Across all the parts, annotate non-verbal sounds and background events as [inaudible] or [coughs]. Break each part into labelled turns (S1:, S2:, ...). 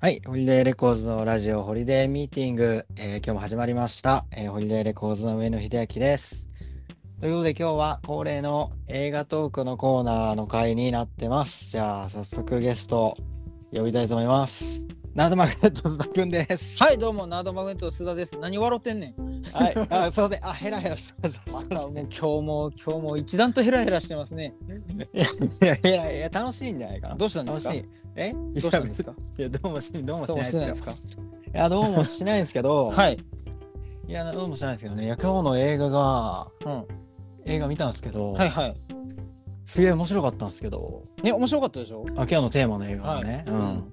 S1: はい、ホリデーレコーズのラジオホリデーミーティング、えー今日も始まりました、えーホリデーレコーズの上野秀明です。ということで今日は恒例の映画トークのコーナーの回になってます。じゃあ早速ゲスト呼びたいと思います。ナードマグネット須田くんです。
S2: はい、どうも、ナードマグネット須田です。何笑ってんねん。
S1: はい、あ、そうで、あ、ヘラヘラしてます。
S2: また、もう今日も、 [laughs] 今日も一段とヘラヘラしてますね。
S1: いやいや、ヘラいや、楽しいんじゃないかな。
S2: どうしたんで
S1: 楽
S2: す
S1: し
S2: か。
S1: い。え、
S2: どうしたんですか。
S1: いや、どうもし、どうもし
S2: どう
S1: な
S2: も
S1: い
S2: してない
S1: で
S2: ですす
S1: よ。
S2: か。
S1: いや、どうもしないんですけど。
S2: はい。
S1: いや、どうもしないですけどね、いや今日の映画が、
S2: うん。
S1: 映画見たんですけど、
S2: はいはい。
S1: すげえ面白かったんですけど、
S2: ね、面白かったでしょ
S1: あ今日のテーマの映画はね。
S2: は
S1: う
S2: い
S1: ん。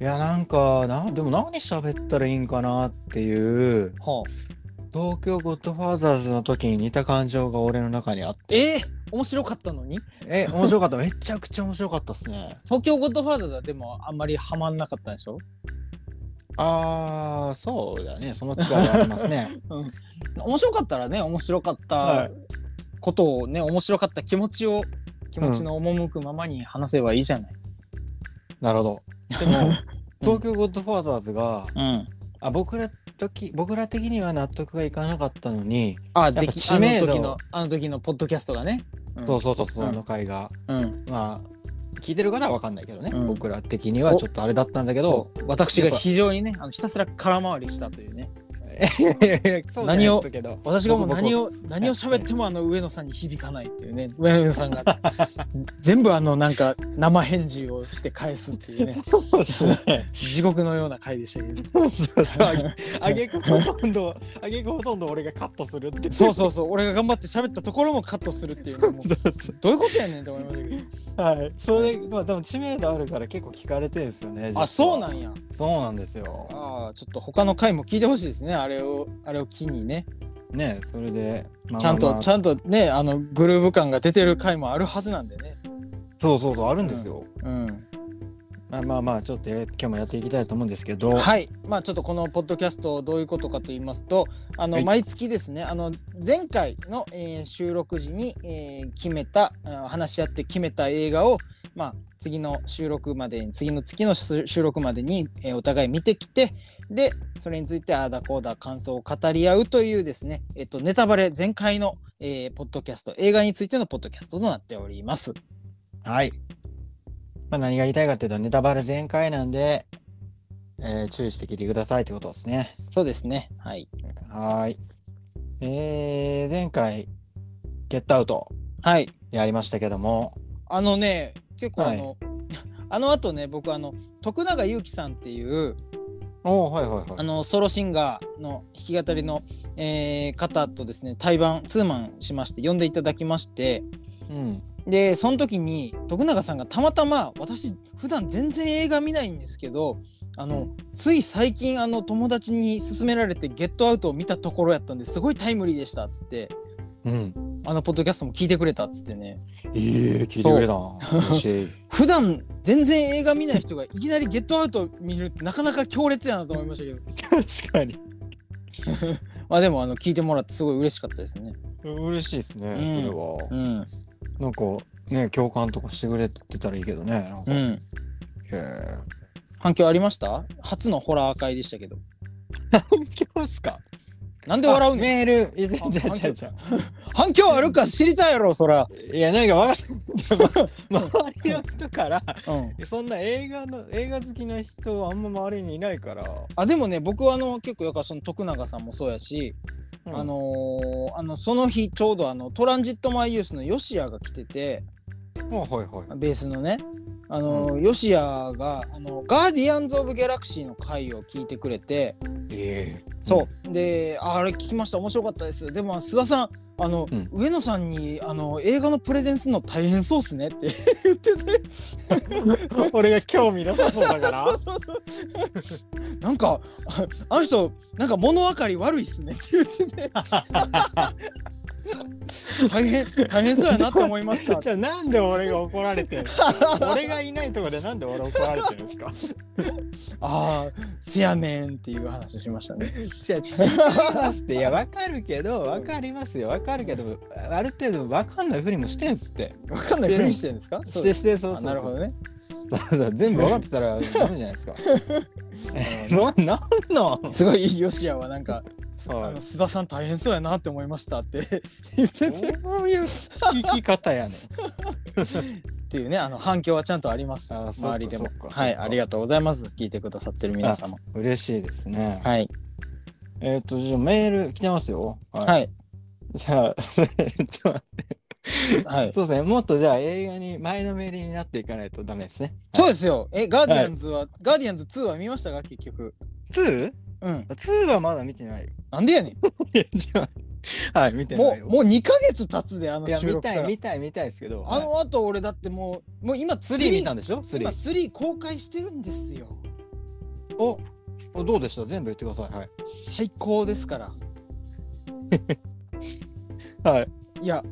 S1: いや、なんか、なでも何喋ったらいいんかなっていう、
S2: はあ。
S1: 東京ゴッドファーザーズの時に似た感情が俺の中にあって、
S2: えー、面白かったのに。
S1: え、面白かった。めちゃくちゃ面白かったっすね。
S2: 東京ゴッドファーザーズはでも、あんまりハマんなかったでしょ
S1: [laughs] あー、そうだね。その力はありますね。
S2: 面白かったらね、面白かっ
S1: は
S2: た
S1: い。
S2: ことをね、面白かった気持ちを。気持ちの赴くままに話せばいいじゃない。
S1: [laughs] なるほど。で [laughs] も、東京ゴッドファーザーズが、
S2: うん。
S1: あ僕ら時僕ら的には納得がいかなかったのに、
S2: あ、
S1: ぱ
S2: でき、
S1: 知
S2: あの
S1: 名度
S2: 時の、あの時のポッドキャストがね。ん
S1: そうそうそう、そ
S2: うん
S1: の回が。
S2: うん。
S1: まあ聞いてる方は分かんないけどね、
S2: うん
S1: 僕ら的にはちょっとあれだったんだけど
S2: そう私が非常にねあのひたすら空回りしたというね
S1: いやいやいや [laughs] そうじゃない
S2: 何を
S1: ですけど
S2: 私がもう
S1: 僕
S2: 何を何を喋ってもあの上野さんに響かないっていうね上野さんが [laughs] 全部あのなんか生返事をして返すっていうね
S1: そうですね
S2: 地獄のような回でした [laughs] けど
S1: そうそうそうあげあげくほとんどあげくほとんど俺がカットするっていう
S2: そうそうそう俺が頑張って喋ったところもカットするっていうね [laughs] もう
S1: そうそう
S2: どういうことやねんって思いましたけ
S1: はいそれまあでも知名度あるから結構聞かれてるんですよね実
S2: ど
S1: は
S2: あそうなんや
S1: そうなんですよ
S2: あーちょっと他の回も聞いてほしいですねあれをあれを機にね
S1: ねそれで、まあ
S2: ちゃんと
S1: まあ
S2: ちゃんとねあのグルーヴ感が出てる回もあるはずなんでね
S1: そうそうそうあるんですよ、
S2: うん
S1: まあまあまあちょっとえ今日もやっていきたいと思うんですけど
S2: はい、まあ、ちょっとこのポッドキャストどういうことかと言いますとあの、
S1: はい
S2: 毎月ですねあの前回の、えー収録時に、えー決めたあー話し合って決めた映画を、まあ、次の収録までに次の月の収収録までに、えーお互い見てきてでそれについてああだこうだ感想を語り合うというですね、えっとネタバレ全開の、えーポッドキャスト映画についてのポッドキャストとなっております。
S1: はい。まあ、何が言いたいかというと、ネタバレ全開なんで、えー注意して聞いてくださいってことですね。
S2: そうですねはい、
S1: はーい。えー、前回、ゲットアウト
S2: はい
S1: やりましたけども、
S2: あのね結構
S1: は
S2: あ
S1: い
S2: の、あの後ね僕あの徳永ゆうきさんっていう
S1: おーはいはいは
S2: あ
S1: い。
S2: のソロシンガーの弾き語りの、えー方とですね対バンツーマンしまして呼んでいただきまして
S1: うん。
S2: でその時に徳永さんがたまたま私普段全然映画見ないんですけどあの、つい最近あの友達に勧められて「ゲットアウト」を見たところやったんですごいタイムリーでしたっつって
S1: うん。
S2: あのポッドキャストも聞いてくれたっつってね
S1: えー、聞いてくれたな。嬉
S2: [laughs]
S1: しい。
S2: 普段全然映画見ない人がいきなり「ゲ [laughs] ットアウト」見るってなかなか強烈やなと思いましたけど
S1: 確かに。
S2: まあでもあの聞いてもらってすごい嬉しかったですね。
S1: 嬉しいですね、
S2: うん
S1: それは。
S2: うん。
S1: なんか、ね、共感とかしてくれてたらいいけどね。なんか
S2: う
S1: へ
S2: ん。
S1: え。
S2: [laughs] 反響ありました初のホラー会でしたけど。
S1: 反響っすか
S2: なんで
S1: で
S2: 笑
S1: 笑
S2: う
S1: う
S2: ねん
S1: メール、以前
S2: あ
S1: じゃあ
S2: [laughs] 反響
S1: じゃあじゃあ
S2: [laughs] 反響あるか知りたいやろ、そら。 [laughs]
S1: いやなんか分かった周りの人から
S2: うん。
S1: そんな映画の映画好きな人はあんま周りにいないから、
S2: あでもね僕はあの結構やからその徳永さんもそうやし、あのーあのその日ちょうどあのトランジットマイユースのヨシヤが来てて
S1: もうはいはい
S2: ベースのねあのー、ヨシヤがあの「ガーディアンズ・オブ・ギャラクシー」の回を聞いてくれて、
S1: え
S2: そう、でああれ聞きました面白かったですでも須田さんあの、
S1: うん
S2: 上野さんにあの映画のプレゼンするの大変そうっすねって言ってて
S1: 俺が興味なさそうだか
S2: そう [laughs] そうそうなんかああの人なんか物分かり悪いっすねって言ってて大変大変そうやなって思いま [laughs] した
S1: じゃあなんで俺が怒られてる
S2: [laughs]
S1: 俺がいないとこでなんで俺怒られてるんですか
S2: ああせやねんっていう話をしましたね
S1: じゃあ聞いてますっていやわかるけどわかりますよわかるけどある程度わかんないふりもしてんすって
S2: わかんないふりしてるんですか
S1: し
S2: そう
S1: て
S2: です
S1: してそうそう
S2: あなるほどね
S1: そうそう全部わかってたらダメじゃない
S2: [laughs]
S1: ですかななんなん
S2: すごいヨシアはなんか「す
S1: はい
S2: あの須田さん大変そうやなって思いました」って [laughs] 言って
S1: そ
S2: てっ
S1: ういう聞き方
S2: [laughs]
S1: やねん
S2: ていうねあの反響はちゃんとあります
S1: あーそっか
S2: 周りでも
S1: そっか
S2: は
S1: そ
S2: い
S1: っか
S2: ありがとうございます聞いてくださってる皆様
S1: 嬉しいですね
S2: はい
S1: えっ、とじゃあメール来てますよは
S2: はい
S1: じゃあ [laughs] ちょっと待って
S2: はい
S1: そうですねもっとじゃあ映画に前のめりになっていかないとダメですね
S2: そうですよえガーディアンズはガーディアンズ2は見ましたか結局
S1: 2?2
S2: うん
S1: はまだ見て
S2: [laughs]
S1: ないよ
S2: なんでやねん
S1: いや違うはい見てな
S2: も
S1: いうよ
S2: もう2ヶ月経つであの
S1: いや
S2: 収
S1: 見
S2: 録か
S1: たい
S2: ら
S1: 見たい見たいですけど
S2: あの後俺だってもうもう今
S1: スリー見たん
S2: ん
S1: でしょスリ
S2: 今
S1: ー
S2: 3公開してるんですよ
S1: おおどうでした全部言ってくださいはい
S2: 最高ですから [laughs]
S1: はい
S2: いや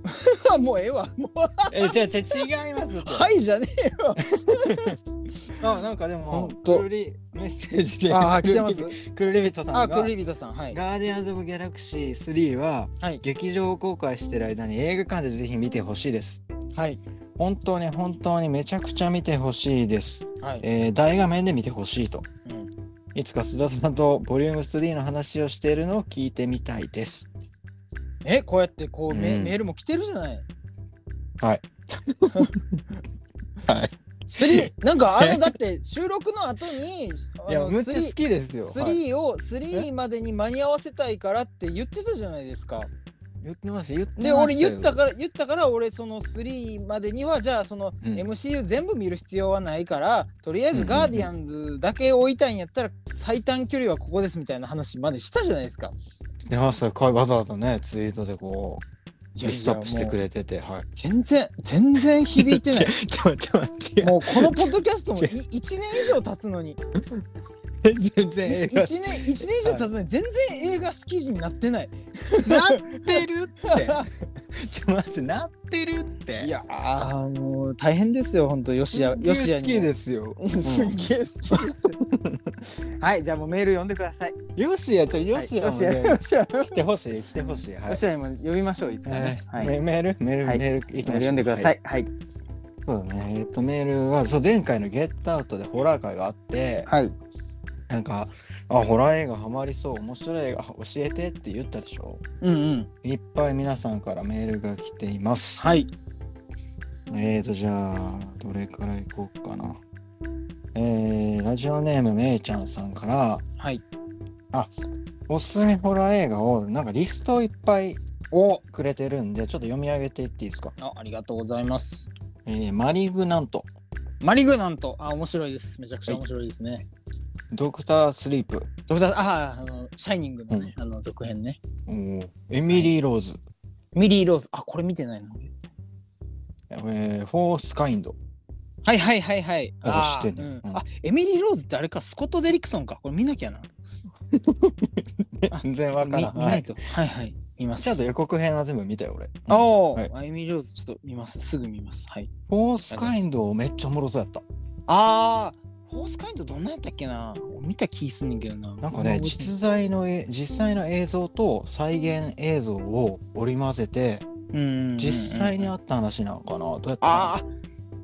S2: もうええわもう
S1: えじゃあじゃあ違いますって
S2: はいじゃねえよ
S1: あなんかでも
S2: ほんと
S1: クルリメッセージで
S2: あー
S1: ク
S2: 来
S1: ルリ
S2: てます
S1: クルリビットさ
S2: あ
S1: んが
S2: クリビトさんはい
S1: ガーディアンズ・オブ・ギャラクシー3は
S2: はい
S1: 劇場公開してる間に映画館でぜひ見てほしいです。
S2: はい
S1: 本当に本当にめちゃくちゃ見てほしいです。
S2: はい
S1: えー大画面で見てほしいと。
S2: うん
S1: いつか須田さんとボリューム3の話をしているのを聞いてみたいです。
S2: えこうやってこうメ
S1: うん
S2: メールも来てるじゃない
S1: はい。はい。
S2: 3な
S1: [laughs]
S2: んかあれだって収録の後に
S1: いや、
S2: あの
S1: むっちゃ好きですよ。
S2: 3
S1: はい
S2: 3を3までに間に合わせたいからって言ってたじゃないですか
S1: 言ってました、言ってました
S2: で
S1: よ
S2: 俺言ったから言ったから俺その3までにはじゃあその
S1: うん
S2: MCU 全部見る必要はないからとりあえ
S1: うん
S2: ず
S1: うんうん
S2: ガーディアンズだけ追いたいんやったら最短距離はここですみたいな話までしたじゃないですか
S1: してましたよこうわざわざね、ツイートでこう、
S2: いや
S1: リストアップしてく
S2: いやもう
S1: れてて、はい。
S2: 全然全然響いてない
S1: ちょ、ちょ、ちょ、
S2: もうこのポッドキャストもい
S1: 違う
S2: 1年以上経つの
S1: [laughs]
S2: に
S1: 全然映
S2: 1年
S1: 画
S2: 一年以上経つのに全然映画好きになってない
S1: なってるって。 [laughs] ちょ、待って、なってるって。
S2: [laughs] い、やーもう大変ですよ本当よしやよしや
S1: 好
S2: に
S1: き
S2: も
S1: ですよ。
S2: [laughs] すっげえ好きですはいじゃあもうメール読んでください
S1: よしや、ちょ、よしや
S2: よ
S1: も
S2: しや
S1: ね
S2: よ。しや
S1: 来てほしい、来てほしい。はい。
S2: 私らにも呼びましょう、いつかね。
S1: は
S2: はいい。
S1: メメールメール、
S2: はい
S1: メールいきましょう
S2: 読んでください。はい。
S1: はいそうだねえっとメールはそう前回の「ゲットアウト」でホラー会があって
S2: はい。
S1: なんかあホラー映画ハマりそう面白い映画教えてって言ったでしょ
S2: うんうん。
S1: いっぱい皆さんからメールが来ています、
S2: はい。
S1: えーとじゃあどれからいこうかなえー、ラジオネームめいちゃんさんから
S2: はい。
S1: あおすすめホラー映画をなんかリストをいっぱい
S2: お
S1: くれてるんでちょっと読み上げていっていいですか、
S2: あありがとうございます。
S1: えーマリグナント
S2: マリグナント。あ、面白いです。めちゃくちゃ面白いですね。
S1: ドクタースリープ
S2: ドクター、あー、あの、シャイニングのね、あの、続編ね。
S1: おーエミリー・ローズ、
S2: ミリー・ローズ。あ、これ見てないの
S1: えーフォース・カインド
S2: はいはいはいはい。
S1: あ
S2: ー
S1: 知ってんね
S2: う
S1: うん
S2: んあ、エミリー・ローズってあれか、スコット・デリクソンか。これ見なきゃな。あ
S1: 全然わ
S2: み
S1: からん、
S2: 見
S1: は
S2: ないいと。はいはい。見ま
S1: ちゃんと
S2: す。
S1: 予告編は全部見たよ俺うん
S2: あー
S1: はい
S2: あエミリー・ローズちょっと見ます。すぐ見ます。はい。
S1: フォース・カインドめっちゃおもろそうやった
S2: あー、ホースカインドどんなんやったっけな見た気すんねんけどな。
S1: なんかね
S2: あんま覚えてない
S1: 実在のえ実際の映像と再現映像を織り交ぜて
S2: うん
S1: 実際にあった話なのかなどうやったか
S2: ああ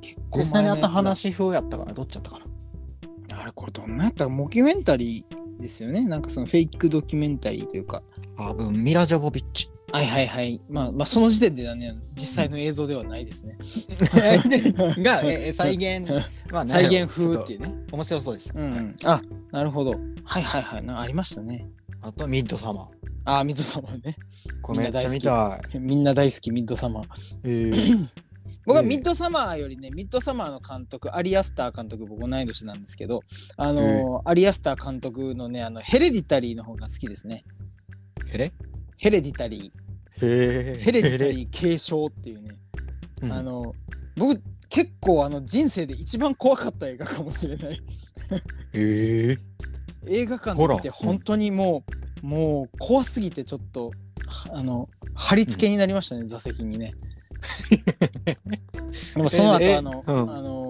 S2: 結
S1: な
S2: 構
S1: 実際
S2: 前
S1: に
S2: の
S1: あっ
S2: やつ
S1: た
S2: だ
S1: 話風やったかなどっちやったかな
S2: あれこれどんなやったモキュメンタリーですよねなんかそのフェイクドキュメンタリーというか
S1: あうんミラ・ジョボビッチ
S2: はいはいはいまあまあその時点ではね実際の映像ではないです [laughs] ね
S1: がえ再
S2: [laughs]
S1: 現、まあ、
S2: 再現風っていううね
S1: 面白そうでした、
S2: うんうんあなるほどはいはいはいなありましたね
S1: あとミッドサマー
S2: ああミッドサマーね
S1: これめっちゃ
S2: み
S1: 見
S2: んな [laughs]
S1: たい
S2: みんな大好きミッドサマー
S1: え
S2: 僕は
S1: ええ
S2: ミッドサマーよりね、ミッドサマーの監督、アリアスター監督、僕同い年なんですけど、あのーアリアスター監督のね、あの、ヘレディタリーの方が好きですね。
S1: ヘレ
S2: ヘレディタリ
S1: へ
S2: ー、ヘレディタリー継承っていうね、
S1: うん
S2: あの、僕、結構あの人生で一番怖かった映画かもしれない。
S1: へえ
S2: 映画館
S1: ほら
S2: って本当にもう、もう怖すぎてちょっと、あの、貼り付けになりましたね、座席
S1: [laughs]
S2: にね。でもその
S1: え
S2: 後あの、
S1: うん
S2: あのー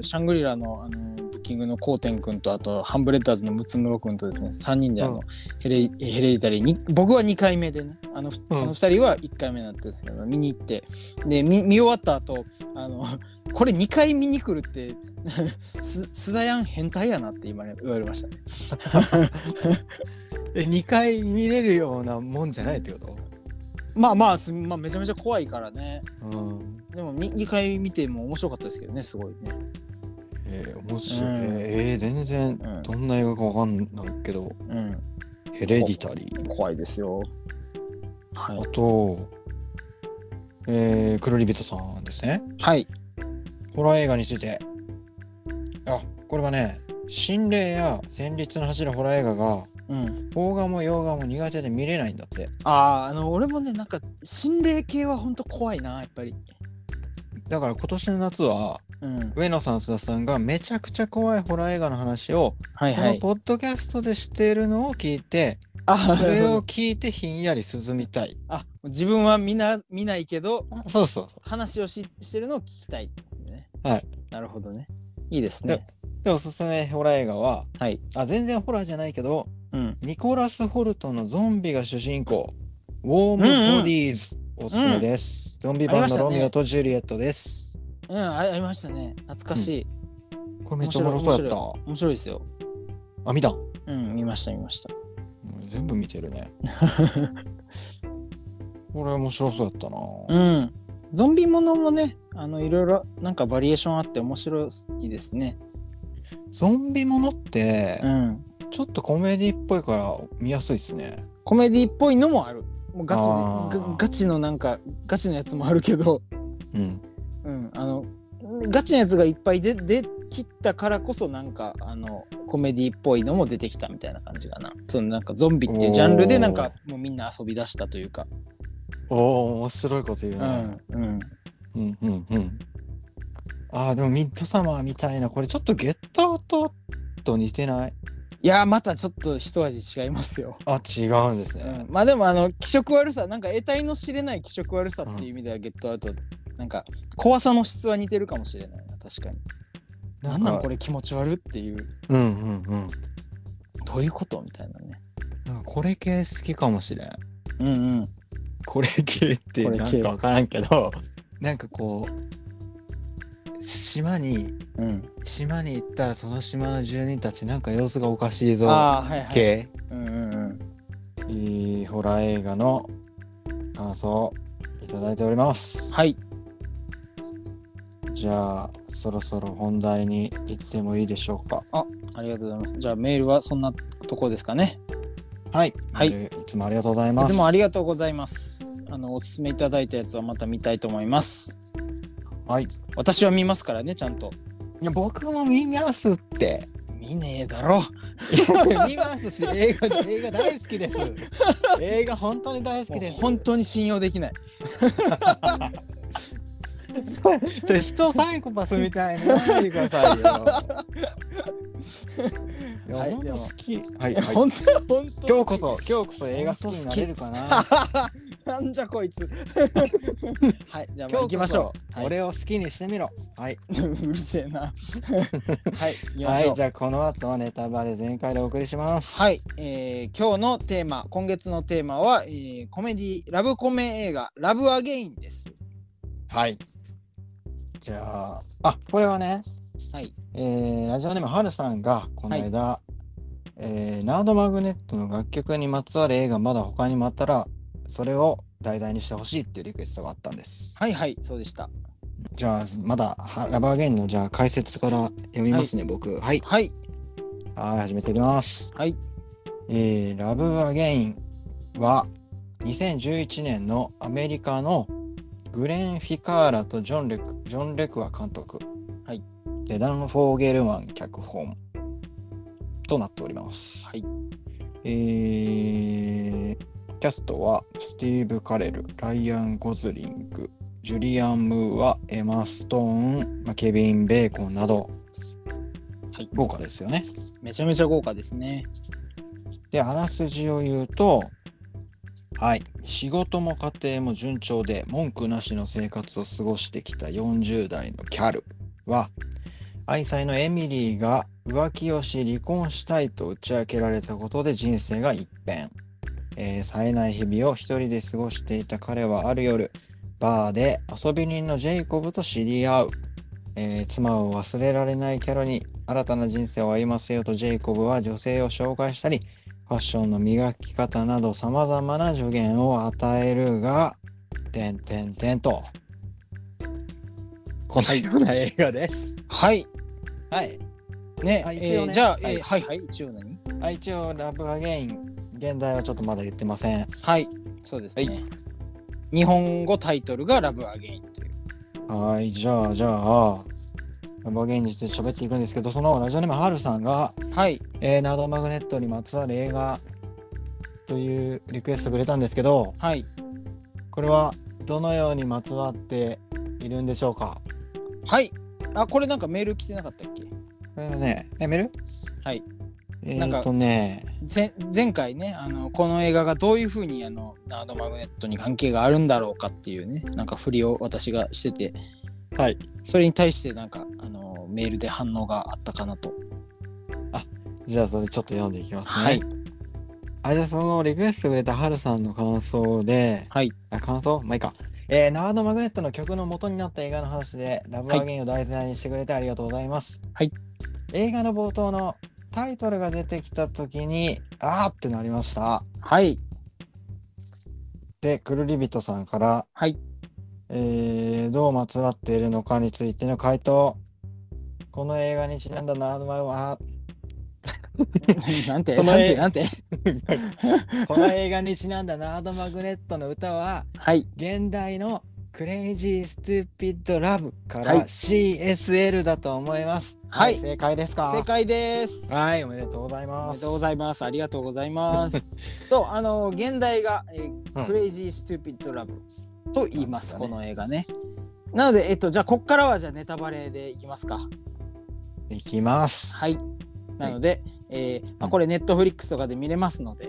S2: シャングリラの、あのーブッキングのコーテン君とあとハンブレッダーズのムツムロ君とですね3人であの、
S1: うん
S2: ヘレヘレリタリーに僕は2回目でねあの,、
S1: うん
S2: あの2人は1回目なんですけど見に行ってで見見終わった後あのこれ2回見に来るって [laughs] すスダヤン変態やなって今ね言われましたね。
S1: え2回見れるようなもんじゃないってこと、
S2: まあまあすまあめちゃめちゃ怖いからね
S1: うん
S2: でも2回見ても面白かったですけどねすごいね。
S1: えー、面白い、
S2: うん
S1: えー全然
S2: うん
S1: どんな映画かわかんないけど、
S2: うん
S1: ヘレディタリー
S2: 怖いですよ。は
S1: あと、えー、黒リビトさんですね。
S2: い。はい。
S1: ホラー映画について。あ、これはね、心霊や戦慄の走るホラー映画が、
S2: うん。
S1: 邦画も洋画も苦手で見れないんだって。
S2: ああ、あの、俺もね、なんか、心霊系は本当怖いな、やっぱり。
S1: だから今年の夏は、
S2: うん。
S1: 上野さん、須田さんがめちゃくちゃ怖いホラー映画の話を、
S2: はい
S1: こ
S2: は
S1: の
S2: い。
S1: ポッドキャストでしてるのを聞いて、
S2: あ
S1: それを聞いてひんやり涼みたい。
S2: あ、自分は見な、見ないけど、
S1: あ [laughs] そうそうそ
S2: 話をししてるのを聞きたいってことね。
S1: はい。
S2: なるほどね。いいですね。
S1: う。で、おすすめホラー映画は、
S2: はい。
S1: あ、全然ホラーじゃないけど、
S2: うん。
S1: ニコラス・ホルトのゾンビが主人公、ウォーム・ボディーズ、おすすめです。ゾンビ版のロミオとジュリエットです。
S2: うん、あありましたね。懐かしい。
S1: これめっちゃおもろそうやっ
S2: 面白いですよ。
S1: た。あ、見た。
S2: うん、見ました、見ました。
S1: 全部見てるね。
S2: [laughs]
S1: これ面白そうやったな。
S2: うん。ゾンビものもね、あの、いろいろ、なんかバリエーションあって面白いですね。
S1: ゾンビものって
S2: う、ん。
S1: ちょっとコメディっぽいから見やすいっすね。
S2: コメディっぽいのもあるもうガ
S1: あ
S2: チで
S1: ー
S2: ガガチのなんかガチのやつもあるけど、
S1: うん。
S2: うん、あのガチのやつがいっぱい出できたからこそなんかあのコメディっぽいのも出てきたみたいな感じかなそのなんかゾンビっていうジャンルでなんかもうみんな遊び出したというか、
S1: おー、面白いこと言う
S2: う
S1: ね。
S2: んうん、
S1: うん、うん、うん。あー、でもミッドサマーみたいな、これちょっとゲッターとと似てない
S2: いやーまたちょっと一味違いますよ、
S1: あ、違うんです
S2: う
S1: ね。
S2: ん、まあでもあの気色悪さなんか得体の知れない気色悪さっていう意味ではゲットアウト、なんか怖さの質は似てるかもしれないな確かになんなんこれ気持ち悪っていう
S1: うんうんうん。
S2: どういうことみたいなね。
S1: なんかこれ系好きかもしれん。
S2: うんうん。
S1: これ系って
S2: これ
S1: な
S2: 系
S1: んかわからんけど、 [laughs] なんかこう、島に、
S2: うん、
S1: 島に行ったらその島の住人たちなんか様子がおかしいぞ
S2: ああはいはい。
S1: 系、
S2: うんうんうん。
S1: いいホラー映画の感想いただいております。
S2: はい。
S1: じゃあ、そろそろ本題に行ってもいいでしょうか。
S2: ありがとうございます。じゃあメールはそんなところですかね。
S1: はい。
S2: はい
S1: メールいつもありがとうござい
S2: い
S1: ます。
S2: つもありがとうございます。あのおすすめいただいたやつはまた見たいと思います。
S1: はい。い
S2: 私は見ますからねちゃんと。
S1: や、僕も見ますって。
S2: 見ねえだろ。
S1: 見ますし映画映画大好きです映画本当に大好き
S2: もう
S1: です
S2: 本当に信用できない。
S1: ちょ人サイコパスみたいに言わないでくださいよいや
S2: はい
S1: 本当
S2: でも
S1: 好きはい、はい、今
S2: 本当本当。
S1: 日こそ今日こそ映画好きになれるかな [laughs]
S2: そ。 [laughs] なんじゃこいつ。はいじゃあま
S1: 今日
S2: あ行きましょ
S1: こ
S2: う。
S1: そ
S2: はい、
S1: 俺を好きにしてみろはい、
S2: [laughs] うるせ
S1: [laughs]
S2: えな。はい行きま
S1: は
S2: しょう
S1: い、じ。ゃあこの後はネタバレ全開でお送りします
S2: はい、えー今日のテーマ今月のテーマは、えーコメディラブコメ映画「ラブ・アゲイン」です。
S1: はいじゃああこれはね
S2: はい、
S1: えーラジオネームはるさんがこの間、えーナードマグネットの楽曲にまつわる映画まだ他にもあったらそれを題材にしてほしいっていうリクエストがあったんです
S2: はいはいそうでした。
S1: じゃあまだはラバーゲインのじゃあ解説から読みますね、僕はい
S2: はい
S1: はい始めていきます
S2: はい
S1: えーラブ・アゲインは2011年のアメリカのグレン・フィカーラとジョン・レクジョンレクワ監督、
S2: はい、
S1: でダン・フォーゲルマン脚本となっております、
S2: はい
S1: えーキャストはスティーブ・カレルライアン・ゴズリングジュリアン・ムーアエマ・ストーンまあケビン・ベーコンなど
S2: はい
S1: 豪華ですよね
S2: めちゃめちゃ豪華ですね。
S1: であらすじを言うと、はい、仕事も家庭も順調で文句なしの生活を過ごしてきた40代のキャルは愛妻のエミリーが浮気をし離婚したいと打ち明けられたことで人生が一変、えー冴えない日々を一人で過ごしていた彼はある夜バーで遊び人のジェイコブと知り合う、えー妻を忘れられないキャルに新たな人生を歩ませようとジェイコブは女性を紹介したりファッションの磨き方などさまざまな助言を与えるが、てんてんてんと。このような映画です。
S2: はい。
S1: はい。
S2: ね、
S1: あ
S2: えー
S1: 一応ね
S2: じゃあ、
S1: はい
S2: えーはいはい、一応何
S1: あ一応、ラブアゲイン、現在はちょっとまだ言ってません。
S2: はい、そうですね。
S1: はい
S2: 日本語タイトルがラブアゲインという。
S1: はい、じゃあ、じゃあ、ラブアゲインについて喋っていくんですけど、そのラジオネームはるさんが、
S2: はい、
S1: えー、ナードマグネットにまつわる映画というリクエストくれたんですけど、
S2: はい。
S1: これはどのようにまつわっているんでしょうか
S2: はい。あ、これなんかメール来てなかったっけ
S1: これはね、やめる
S2: はい。
S1: え
S2: なんか
S1: ー、とね、
S2: 前前回ねあのこの映画がどういうふうにあのナードマグネットに関係があるんだろうかっていうねなんか振りを私がしてて
S1: はい
S2: それに対してなんかあのメールで反応があったかなと
S1: じゃあそれちょっと読んでいきますね。
S2: はい
S1: あじゃあそのリクエストくれたハルさんの感想で、
S2: はい
S1: あ感想まあいいか。えー、ナードマグネットの曲の元になった映画の話で、ラブアゲインを題材にしてくれてありがとうございます。
S2: はい。
S1: 映画の冒頭のタイトルが出てきた時に、あーってなりました。
S2: はい
S1: で、くるりびとさんから、
S2: はい
S1: えーどうまつわっているのかについての回答。この映画にちなんだナードマグは、
S2: [laughs] なんて
S1: その
S2: なんて
S1: 絵
S2: なんて
S1: この映画にちなんだナードマグネットの歌は
S2: はい
S1: 現代のクレイジー・ストゥーピッド・ラブか
S2: はい
S1: ら CSL だと思います。
S2: はい
S1: 正解ですか
S2: 正解です
S1: はい、おめでとうござい
S2: お
S1: ま。
S2: めですとうございますありがとうございます
S1: [laughs]
S2: そうあの現代が、えー
S1: うん
S2: クレイジー・ストゥーピッド・ラブと言います、
S1: なんです
S2: こ
S1: かね
S2: の映画ねなのでえっとじゃあこっからはじゃあネタバレでいきますか
S1: いきます。
S2: はい。なので、えーま
S1: う
S2: あ、
S1: ん
S2: これネットフリックスとかで見れますので、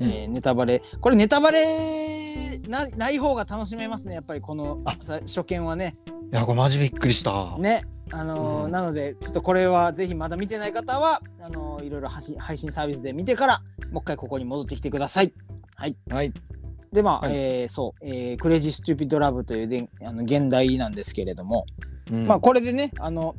S2: え
S1: うん
S2: ーネタバレこれネタバレなない方が楽しめますねやっぱりこの
S1: あ
S2: さ初見はね。
S1: いや、これマジびっくりした。
S2: ねあのー
S1: うん
S2: なのでちょっとこれはぜひまだ見てない方はあのーいろいろ配信配信サービスで見てからもう一回ここに戻ってきてください。
S1: はい。
S2: でまあ、
S1: はい
S2: えーそう、えークレイジー・スチューピッド・ラブ」というであの現代なんですけれども、
S1: うん
S2: まあこれでねあの、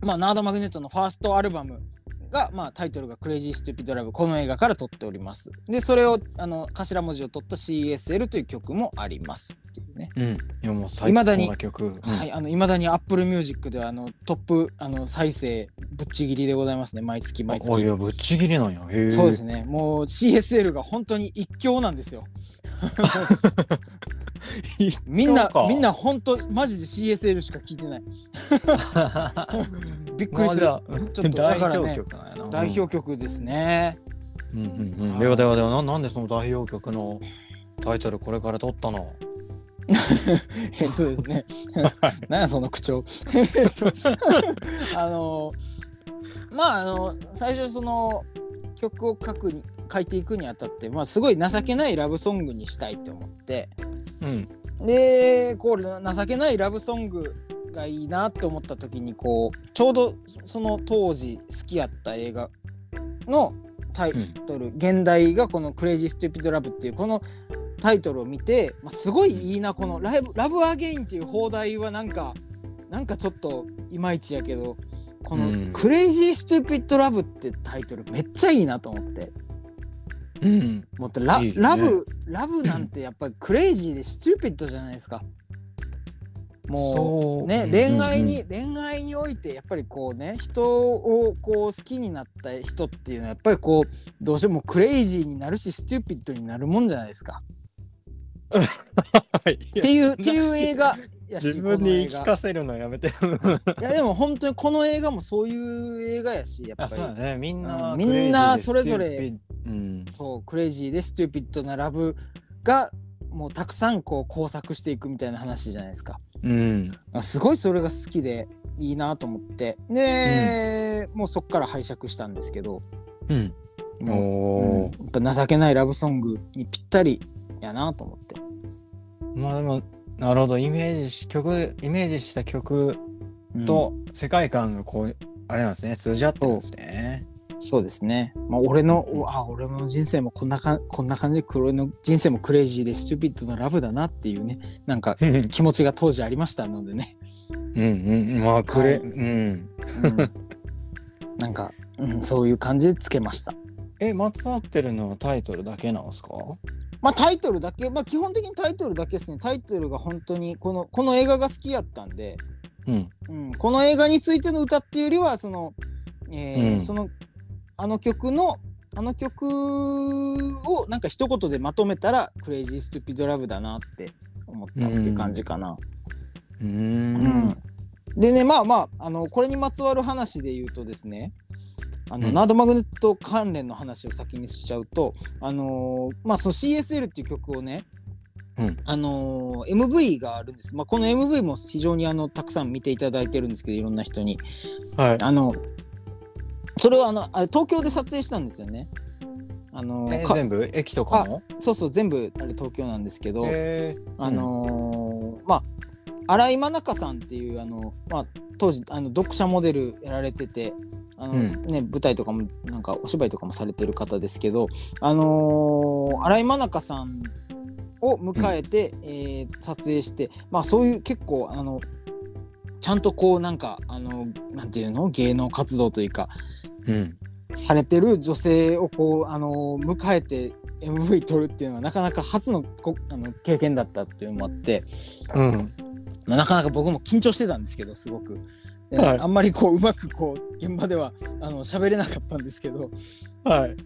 S2: まあ、ナード・マグネットのファーストアルバムが、まあ、タイトルが「クレイジー・ステュピッド・ラブ」この映画から撮っておりますでそれをあの頭文字を取った CSL という曲もありますっていうね
S1: うん。いや、もう最高
S2: 未だ
S1: な
S2: に
S1: 曲。うん
S2: はいあの未だに Apple Music ではあのトップあの再生ぶっちぎりでございますね毎月
S1: あ
S2: 毎
S1: い
S2: 月
S1: や、ぶっちぎりなんや。へえ。
S2: そうで
S1: [laughs]
S2: すねもう CSL が本当に一強なんですよみんな
S1: 一強か
S2: みんな本当マジで CSL しか聞いてないびっくりする
S1: まあじゃあ
S2: ちょっとだから
S1: 代
S2: ね
S1: 表曲なんやな。
S2: 代表曲ですね、
S1: うんうんうん。ではではではな、なんでその代表曲のタイトルこれから取ったの
S2: えっとですね、なんやその口調。えっとあのまああの最初その曲を書くに書いていくにあたって、まあ、すごい情けないラブソングにしたいと思って
S1: うん。
S2: でこう情けないラブソングがいいなと思った時にこうちょうどその当時好きやった映画のタイ
S1: うん
S2: タイトル現代がこの「クレイジー・ステュピッド・ラブ」っていうこのタイトルを見て、まあ、すごいいいなこのライブ「ラブ・アゲイン」っていう放題はなんかなんかちょっといまいちやけどこの
S1: うん
S2: 「クレイジー・ステュピッド・ラブ」ってタイトルめっちゃいいなと思って
S1: うん。
S2: もっとラ
S1: いいね
S2: ラブラブなんてやっぱりクレイジーでステューピッドじゃないですか。もう
S1: も
S2: ね、恋愛に、恋愛においてやっぱりこうね人をこう好きになった人っていうのはやっぱりこうどうしてもクレイジーになるしステューピッドになるもんじゃないですか。っていうっていう映画やし
S1: 自分
S2: この
S1: に
S2: 映
S1: 聞
S2: 画
S1: かせるのやめて。
S2: いやでも本当にこの映画もそういう映画やしやっぱ
S1: あ、
S2: り
S1: そうだね。みん
S2: う
S1: な、
S2: んみんなそれぞれ
S1: クレイジーで stupid うん。
S2: そうクレイジーでステューピッドなラブがもうたくさんこう工作していくみたいな話じゃないですか。
S1: うん。
S2: あすごいそれが好きでいいなと思ってで、もうそっから拝借したんですけど
S1: うん。
S2: もう、うん
S1: おー
S2: やっぱ情けないラブソングにぴったりやなと思って
S1: まあでもなるほどイメージし曲イメージした曲と世界観がこう、あれなんですね通じ合ってるんですね。
S2: そうですね。まあ、俺の、
S1: うん
S2: おあ、俺の人生もこんなか、こんな感じで、黒いの人生もクレイジーで、スチュピッドなラブだなっていうね、なんか
S1: うん
S2: 気持ちが当時ありましたのでね。
S1: うんうんまあくれ、
S2: はい
S1: うん。
S2: うん、 [laughs] なんか、うん、そういう感じでつけました。
S1: えまつわってるのはタイトルだけなんですか
S2: まあ、タイトルだけ、まあ、基本的にタイトルだけですね。タイトルが本当に、この、この映画が好きやったんで、
S1: うん
S2: うん、この映画についての歌っていうよりは、その、えー
S1: うん
S2: その、あの曲の、あの曲をなんか一言でまとめたら「クレイジー・ストゥピッド・ラブ」だなって思ったっていう感じかな。
S1: うー
S2: うん
S1: ん
S2: でねまあまああのこれにまつわる話で言うとですねあの、
S1: うん
S2: ナードマグネット関連の話を先にしちゃうとあのーまあその CSL っていう曲をね、
S1: うん
S2: あのー MV があるんです、まあ、この MV も非常にあのたくさん見ていただいてるんですけどいろんな人に
S1: はい
S2: あのそれはあのあれ東京で撮影したんですよねあのー
S1: え
S2: か
S1: 全部駅とかも
S2: そうそう全部あれ東京なんですけど、
S1: へー
S2: あのーまあ新井真中さんっていうあの、まあ、当時あの読者モデルやられててあの、
S1: うん
S2: ね、舞台とかもなんかお芝居とかもされてる方ですけど、あのー新井真中さんを迎えて、えー撮影して、まあ、そういう結構あのちゃんとこうなんかあのなんていうの芸能活動というか
S1: うん
S2: されてる女性をこう、あのー迎えて MV 撮るっていうのはなかなか初のこあの経験だったっていうのもあって。
S1: うん
S2: まあなかなか僕も緊張してたんですけどすごく。で
S1: はい
S2: あんまりこううまくこう現場ではあの喋れなかったんですけど [laughs]
S1: はい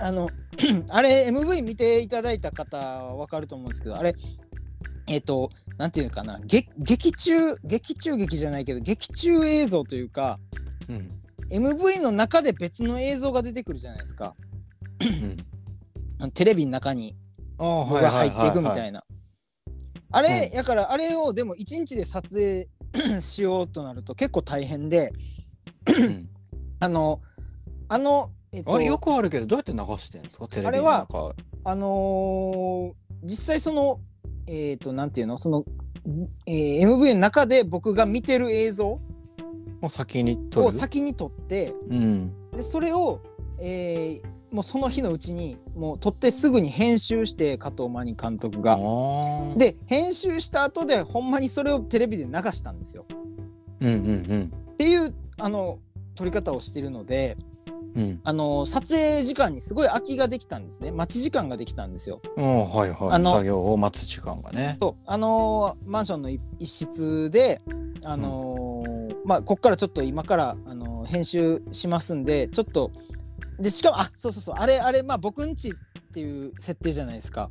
S2: あの [clears throat] あれ MV 見ていただいた方は分かると思うんですけどあれえっ、となんていうのかな劇劇中劇中劇じゃないけど劇中映像というか
S1: うん
S2: MV の中で別の映像が出てくるじゃないですか
S1: うん
S2: あのテレビの中に
S1: あー
S2: 僕
S1: はい
S2: が
S1: は
S2: 入
S1: い
S2: っていくみ
S1: は
S2: た
S1: い
S2: いな。あれ、
S1: うん
S2: やからあれをでも1日で撮影 [clears throat] しようとなると結構大変で、
S1: うん
S2: あの、あの、えっと、
S1: あれよくあるけどどうやって流してるんですかテレビの中は
S2: あのー実際その、えっ、と、なんていうの、その、えー MV の中で僕が見てる映像
S1: もう先に撮
S2: を
S1: る
S2: 先に撮って、
S1: うん
S2: で、それを、えーもうその日のうちに、もう撮ってすぐに編集して、加藤真理監督
S1: あ
S2: が。
S1: ー
S2: で、編集した後で、ほんまにそれをテレビで流したんですよ。
S1: うんうん
S2: っていう、あの、撮り方をしてるので、
S1: うんうん
S2: あの、撮影時間にすごい空きができたんですね。待ち時間ができたんですよ。
S1: うんはいはい
S2: あの
S1: 作業を待つ時間がね
S2: そうあのーマンションの一一室であのーまあこっからちょっと今から、あのー編集しますんでちょっとでしかもあそうそうそうあれあれまあ僕んちっていう設定じゃないですか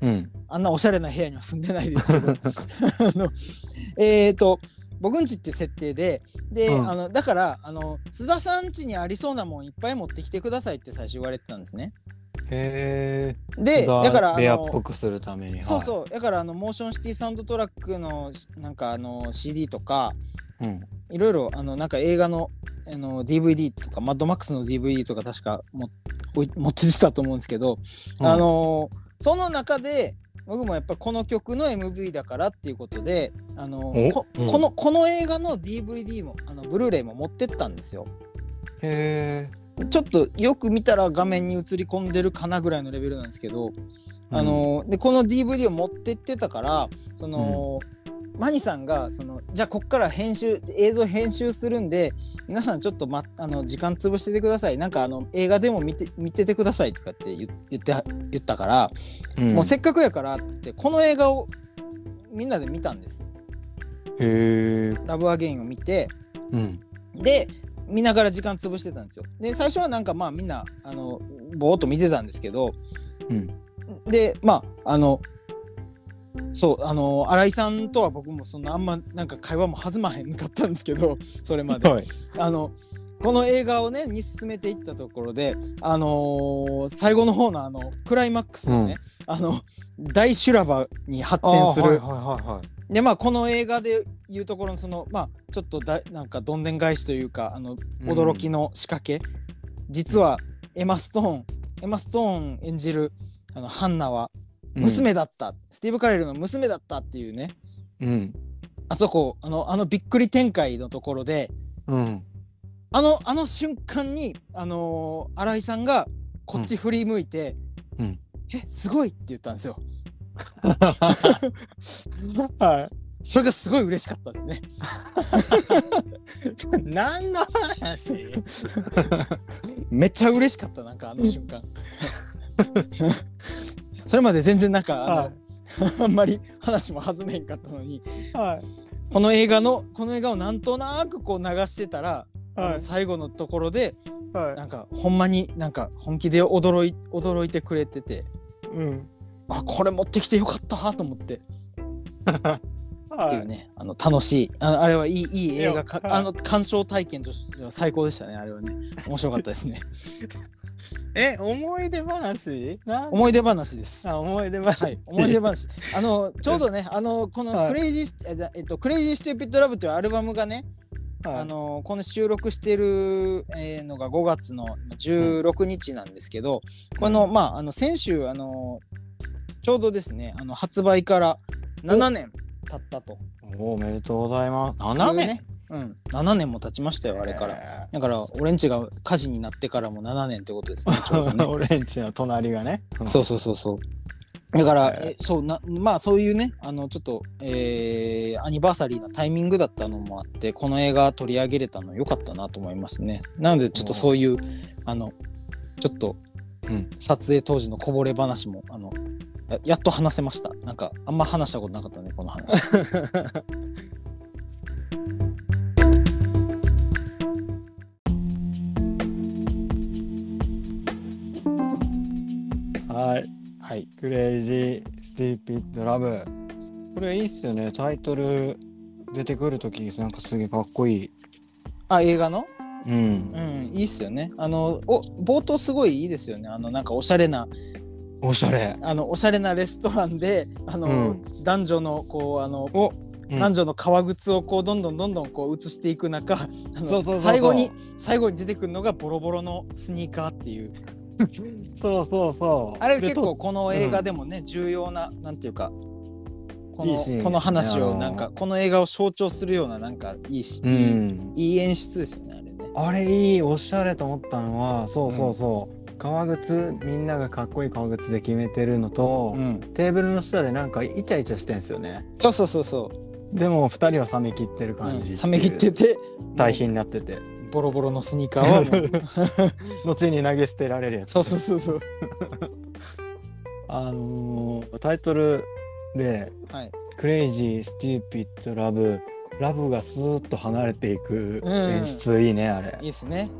S1: うん
S2: あんなおしゃれな部屋には住んでないです
S1: [laughs]
S2: けどあのえっと僕んちっていう設定でで、
S1: うん
S2: あのだからあの須田さん家にありそうなもんいっぱい持ってきてくださいって最初言われてたんですね
S1: へえ
S2: でだからあ
S1: 部屋っ
S2: の
S1: ぽくするために
S2: そうそうだからあのモーションシティサウンドトラックのしなんかあの CD とか
S1: ううん
S2: いろいろあのなんか映画のあの DVD とかマッドマックスの DVD とか確かもおい持ってきたと思うんですけど、あのその中で僕もやっぱこの曲の MV だからっていうことであの
S1: お
S2: こ
S1: うん
S2: このこの映画の DVD もあのブルーレイも持ってったんですよ。
S1: へえ
S2: ちょっとよく見たら画面に映り込んでるかなぐらいのレベルなんですけど、あのでこの DVD を持ってってたからその、マニさんがそのじゃあこっから編集映像編集するんで皆さんちょっと、ま、あの時間潰しててくださいなんかあの映画でも見て見ててくださいとかって言言って言ったから、もうせっかくやからって言ってこの映画をみんなで見たんです
S1: へえ
S2: 「ラブ・アゲイン」を見て
S1: うん
S2: で見ながら時間潰してたんですよで最初はなんかまあみんなあのぼーっと見てたんですけど、
S1: うん
S2: でまああのそうあの新井さんとは僕もそんなあんまなんか会話も弾まへんかったんですけど [laughs] それ
S1: [laughs]
S2: まで
S1: はい
S2: あのこの映画をねに進めていったところであのー最後の方のあのクライマックスのね、あの大修羅場に発展する、
S1: はいはいはいはい
S2: でまあこの映画でいうところのそのまあちょっとだなんかどんでん返しというかあの驚きの仕掛け、実はエマ・ストーンエマ・ストーン演じるあのハンナは娘だった、スティーブ・カレルの娘だったっていうね
S1: うん
S2: あそこあのあのびっくり展開のところで
S1: うん
S2: あのあの瞬間に、あのー新井さんがこっち振り向いて「
S1: うんうん
S2: えすごい!」って言ったんですよ。
S1: は
S2: それがすごい嬉しかったですね。
S1: い [laughs] 何の話 [laughs]
S2: めっちゃ嬉しかったなんかあの瞬
S1: [laughs]
S2: 間。それまで全然なんかあの
S1: は
S2: [laughs] あんまり話も弾めへんかったのに
S1: いはい
S2: この映画のこの映画をなんとなくこう流してたら、あ
S1: は
S2: の最後のところで
S1: いは
S2: なんかほんまになんか本気で驚い驚いてくれてて
S1: いうん
S2: あこれ持ってきてよかったと思ってっ
S1: [laughs] は
S2: て
S1: い
S2: いうねあの楽しいあのあれはいいいい映画か
S1: いやはい
S2: あの鑑賞体験としては最高でしたねあれ
S1: [laughs]
S2: はね面白かったですね
S1: え思い出話なん
S2: 思い出話です。
S1: あ思い出
S2: は
S1: 話
S2: い、思い出話あのちょうどねあのこ
S1: は
S2: の
S1: い
S2: クレイジー、えじゃえっと「クレイジー・ステュピッド・ラブ」というアルバムがね、あのこの収録してるえーのが5月の16日なんですけど、このまああの先週あのちょうどですねあの発売から7年経ったと、
S1: おおめでとうございます
S2: な
S1: 7
S2: ね
S1: 年
S2: うん、7年も経ちましたよあれから。
S1: ら
S2: だから俺んちが火事になってからも7年ってことですねちょうどね
S1: オレンジの隣がね
S2: そううそうそうそう。だから、
S1: えー
S2: えそうなまあそういうねあのちょっと、えーアニバーサリーなタイミングだったのもあってこの映画取り上げれたの良かったなと思いますね。なのでちょっとそういうあのちょっと、
S1: うん
S2: 撮影当時のこぼれ話もあのややっと話せました。なんかあんま話したことなかったねこの
S1: [laughs]
S2: 話。
S1: はい
S2: はい。
S1: クレイジー・スティーピッド・ラブ。これいいっすよね。タイトル出てくるとき、なんかすげえかっこいい。
S2: あ映画の
S1: うん
S2: う。んいいっすよね。あのお冒頭すごいいいですよね。あのなんかおしゃれな
S1: おしゃれ。
S2: あのおしゃれなレストランであの、
S1: うん
S2: 男女のこうあの
S1: お、
S2: 男女の革靴をこうどんどんどんどんこう移していく中あ
S1: そうそう
S2: の
S1: そうそう
S2: 最後に最後に出てくるのがボロボロのスニーカーっていう
S1: そうそうそう。
S2: あれ
S1: で
S2: 結構、この映画でもね、重要ななんていうかこ
S1: いいシーンです
S2: の
S1: ね
S2: この話
S1: あ
S2: を
S1: の
S2: なんかこの映画を象徴するようななんかいいし、
S1: う
S2: いい
S1: ん。
S2: いい演出ですよねあれね。
S1: あれいい、おしゃれと思ったのは、そうそうそう。革靴、みんながかっこいい革靴で決めてるのと、
S2: うん、
S1: テーブルの下でなんかイチャイチャしてんすよね。
S2: そうそうそうそう、
S1: でも二人は冷めきってる
S2: う
S1: 感
S2: ん、
S1: じ、
S2: 冷め切って。て
S1: 対比になってて。
S2: もうボロボロのスニーカーはもう
S1: [laughs] 後に投げ捨てられるやつ。
S2: そうそうそうそう
S1: あのータイトルで
S2: はい
S1: 「クレイジー・スティーピッド・ラブ」ラブがスーッと離れていく
S2: うん
S1: 演出いいね、あれ
S2: いいですね。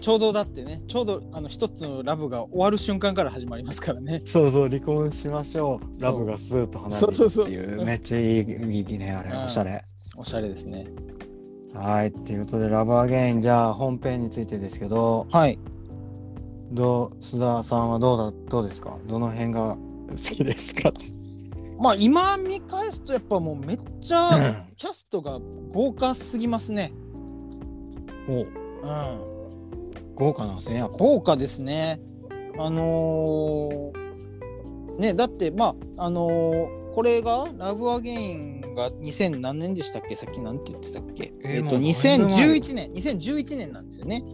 S2: ちょうどだってね、ちょうどあの一つのラブが終わる瞬間から始まりますからね。
S1: そうそう離婚しましょう
S2: そう
S1: ラブがスーッと離れていくっていう
S2: そうそうそう
S1: めっちゃいいいいねあれ、
S2: うん
S1: おしゃれ
S2: おしゃれですね。
S1: はいっていうことで「ラブ・アゲイン」じゃあ本編についてですけど
S2: はい。
S1: どう須田さんはどうだどうですかどの辺が [laughs] 好きですか
S2: まあ今見返すとやっぱもうめっち [laughs] ゃキャストが豪華すぎますね。
S1: [laughs] お
S2: うん。
S1: 豪華なんですねやっぱ
S2: 豪華ですね。あのーねだってまああのーこれが「ラブアゲインが2000何年でしたっけさっきなんて言ってたっけ
S1: えー
S2: えっ
S1: もうだ
S2: と
S1: いぶ前
S2: 2011年2011年なんですよね。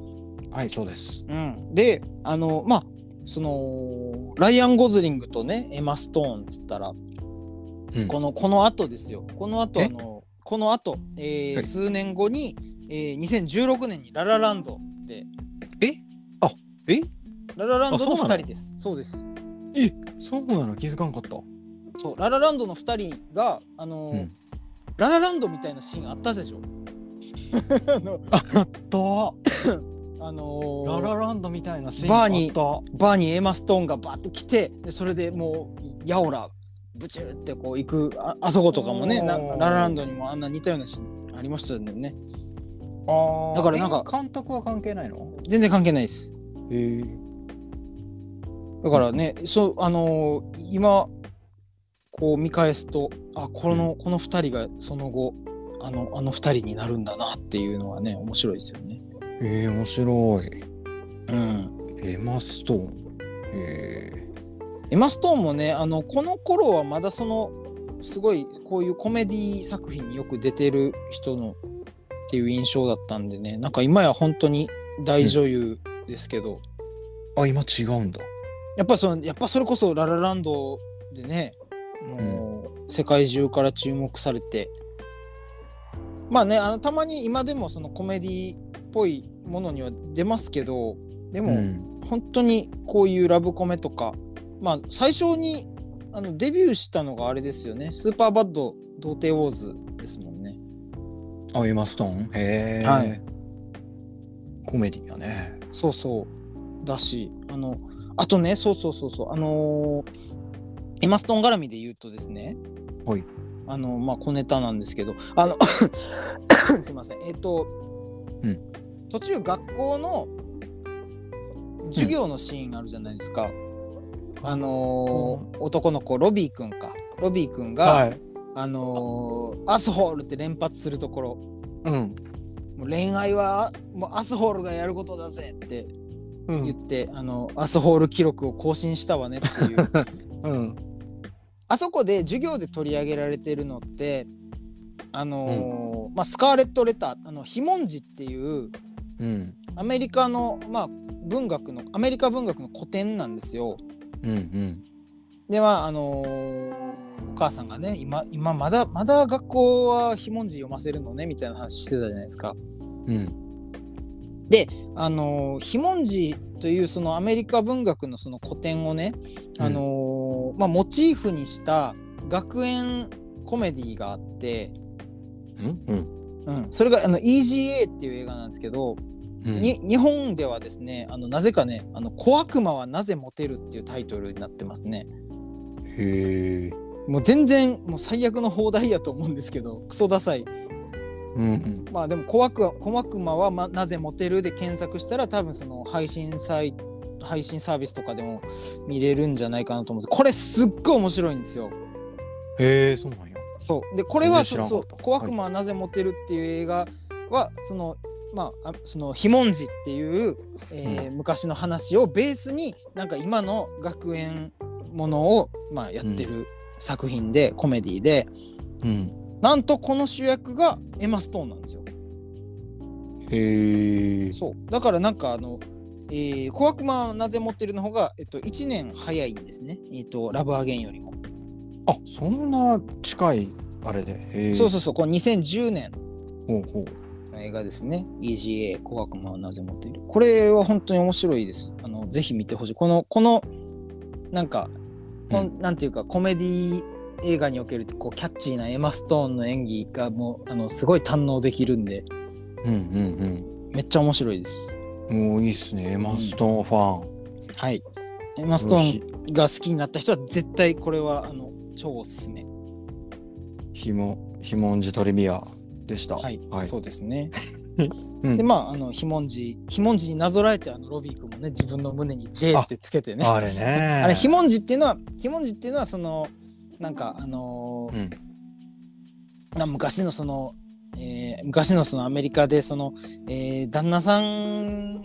S1: はいそうです
S2: うん、であのまあそのライアン・ゴズリングとねエマ・ストーンっつったら、
S1: うん
S2: このこの後ですよこの後
S1: え
S2: あのこの後、えー
S1: はい
S2: 数年後に、えー、2016年にララランドで
S1: えあえ
S2: ララランドの
S1: あそう
S2: 2
S1: なの
S2: 人ですそうです
S1: えそうなの気づかんかった
S2: そうララランドの2人があの、
S1: うん
S2: ララランドみたいなシーンあったでしょ [laughs] あの
S1: あった
S2: あの
S1: ラ
S2: ー
S1: ラランドみたいなシーン
S2: バーに
S1: あっ
S2: バーにエマ・ストーンがバッと来てでそれでもうやおらブチューってこう行くああそことかもねな
S1: おー
S2: ララランドにもあんな似たようなシーンありましたよね
S1: たあ
S2: ーだからなんか
S1: え監督は関係ないの
S2: 全然関係ないです
S1: え
S2: だからね、そうあのー今こう見返すとあこの、この2人がその後あのあの2人になるんだなっていうのはね面白いですよね
S1: えー面白い
S2: うん
S1: エマストーンえ
S2: エマ・ストーンもねあのこの頃はまだそのすごいこういうコメディ作品によく出てる人のっていう印象だったんでねなんか今や本当に大女優ですけど、
S1: あ、今違うんだ。
S2: やっぱそのやっぱそれこそ「ララランド」でねもう世界中から注目されてまあねあのたまに今でもそのコメディっぽいものには出ますけどで
S1: う
S2: も、
S1: ん。
S2: 本当にこういうラブコメとか、まあ、最初にあのデビューしたのがあれですよね「スーパーバッド童貞ウォーズ」ですもんね。
S1: あ、エマストーンへえ。
S2: はい。
S1: コメディやね。
S2: そうそうだしあのあとねそうそうそうそうあのーエマストーン絡みで言うとですね
S1: はい
S2: あのまあ小ネタなんですけどあの [coughs] すいませんえっ、と、
S1: うん
S2: 途中学校の授業のシーンあるじゃないですか、あのー男の子ロビーくんかロビーくんが、
S1: い。
S2: あのーアスホールって連発するところ
S1: うん。
S2: もう恋愛はもうアスホールがやることだぜって
S1: う
S2: 言っ。て、あのアスホール記録を更新したわねっていう
S1: うん。
S2: あそこで授業で取り上げられてるのってあのーまあ、スカーレット・レターあのヒモンジっていう
S1: うん。
S2: アメリカの、まあ、文学のアメリカ文学の古典なんですよ。
S1: うん。
S2: ではあのーお母さんがね今今まだまだ学校はヒモンジ読ませるのねみたいな話してたじゃないですか。
S1: うん。うん。
S2: あのー、ヒモンジというそのアメリカ文学のその古典をね、
S1: うん
S2: あのーまあ、モチーフにした学園コメディがあって、
S1: うん。うん。
S2: うん、それがあの EGA っていう映画なんですけど、
S1: うん。
S2: に日本ではですねあのなぜかね「あの小悪魔はなぜモテる」っていうタイトルになってますね。
S1: へえ。
S2: もう全然もう最悪の放題やと思うんですけどクソダサい
S1: うん。
S2: まあでも小悪魔「小悪魔は、ま、なぜモテる?」で検索したら多分その配信サイ配信サービスとかでも見れるんじゃないかなと思うんですこれすっごい面白いんですよ。
S1: へえ、そうなんや。
S2: そうでこれ
S1: 全然
S2: はそ
S1: 知ら
S2: そ
S1: な
S2: う
S1: かった
S2: 「小悪魔はなぜモテる?」っていう映画はそのまああその「ひもんじ」っていう、えー昔の話をベースになんか今の学園ものを、まあ、やってる作品で、コメディで
S1: うん。
S2: なんとこの主役がエマ・ストーンなんですよ。
S1: へえ。
S2: そうだからなんかあの「えー、小悪魔はなぜ持ってる」の方が、えっと、1年早いんですね、えっとラブアゲインよりも、
S1: あ、そんな近い。あれで。へえ。
S2: そうそうそうこの2010年
S1: ほうほう。
S2: の映画ですね EGA「小悪魔はなぜ持っている」これは本当に面白いですあのぜひ見てほしいこのこのなんかこん、なんていうかコメディ映画におけるこうキャッチーなエマ・ストーンの演技がもうあのすごい堪能できるんで
S1: うんうん
S2: めっちゃ面白いです
S1: うん。もういいっすね。エマストーンファン。
S2: はいエマ・ストーンが好きになった人は絶対これはあの超おすすめ
S1: ひも、ひもんじトリビアでした。
S2: はい、
S1: はい。
S2: そうで
S1: [laughs]
S2: すね。
S1: うん
S2: でまああのひもんじひもんじになぞらえてあのロビー君もね自分の胸に J ってつけてねあ
S1: あれね。
S2: れひもんじっていうのはひもんじっていうのはそのなんかあのー
S1: うん。
S2: な昔のその、えー昔のそのアメリカでその、えー旦那さん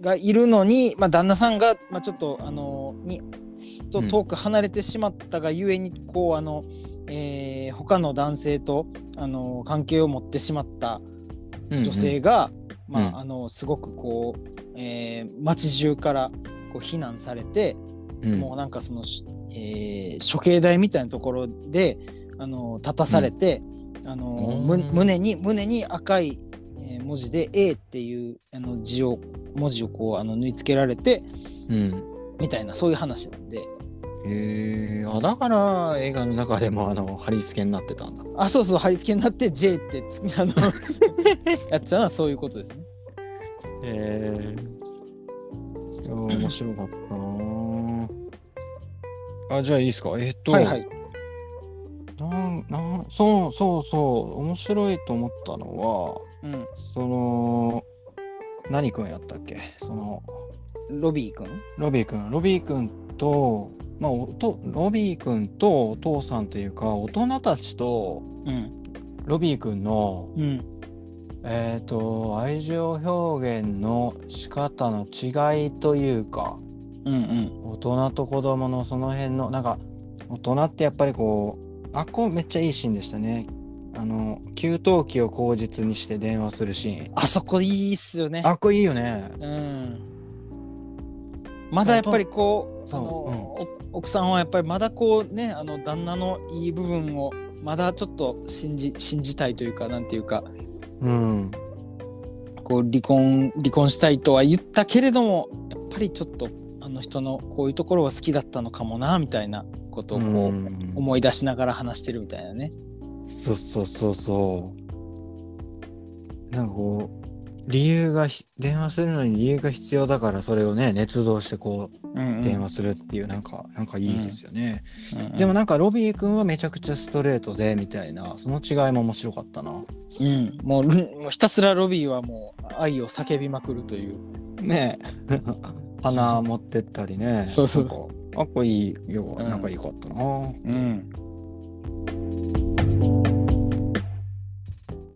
S2: がいるのに、まあ、旦那さんが、まあ、ちょっとあのーにと
S1: うん
S2: 遠く離れてしまったがゆえにこうあの、えー他の男性とあのー関係を持ってしまった女性が、まあ
S1: うん
S2: あのすごくこう、えー街中からこう非難されて、
S1: うん
S2: もうなんかその、しえー処刑台みたいなところであの立たされて、あのむ
S1: うん
S2: 胸に胸に赤い、えー文字で「A」っていうあの字を文字をこうあの縫い付けられて
S1: うん。
S2: みたいなそういう話なんで
S1: へえ。あ、だから映画の中でもあの貼り付けになってたんだ。
S2: あそうそう貼り付けになって「J」ってつ
S1: [laughs]
S2: あのやってたのはそういうことですね。
S1: へえ。いや面白かったな。あ、じゃあいいですか。えっと、
S2: はいはい。
S1: なんなんそうそうそう面白いと思ったのは
S2: うん、
S1: その何君やったっけその
S2: ロビー君
S1: ロビー君ロビー君と,、まあ、おとロビー君とお父さんというか大人たちと
S2: うん
S1: ロビー君の、
S2: うん
S1: えー、と愛情表現の仕方の違いというか
S2: うんうん
S1: 大人と子供のその辺のなんか大人ってやっぱりこうあこれめっちゃいいシーンでしたねあの給湯器を口実にして電話するシーン
S2: あそこいいっすよね
S1: あこれいいよね
S2: うんまだやっぱりこう
S1: そう
S2: あの、お奥さんはやっぱりまだこうねあの旦那のいい部分をまだちょっと信じ信じたいというかなんていうか
S1: うん
S2: こう離婚離婚したいとは言ったけれどもやっぱりちょっとあの人のこういうところは好きだったのかもなみたいなことをこう、
S1: うん
S2: 思い出しながら話してるみたいなね。
S1: そうそうそうそうなんかこう理由がひ電話するのに理由が必要だからそれをね捏造してこ
S2: うんう
S1: うん電話するっていう、なんかなんかいいですよね、
S2: うんうん
S1: でもなんかロビー君はめちゃくちゃストレートでみたいなその違いも面白かったな
S2: うん、もうルもうひたすらロビーはもう愛を叫びまくるという。
S1: [laughs] ねえ花持ってったりね
S2: そうそう
S1: なんかあこれいいよ
S2: うん
S1: なんかいいかったな、
S2: うん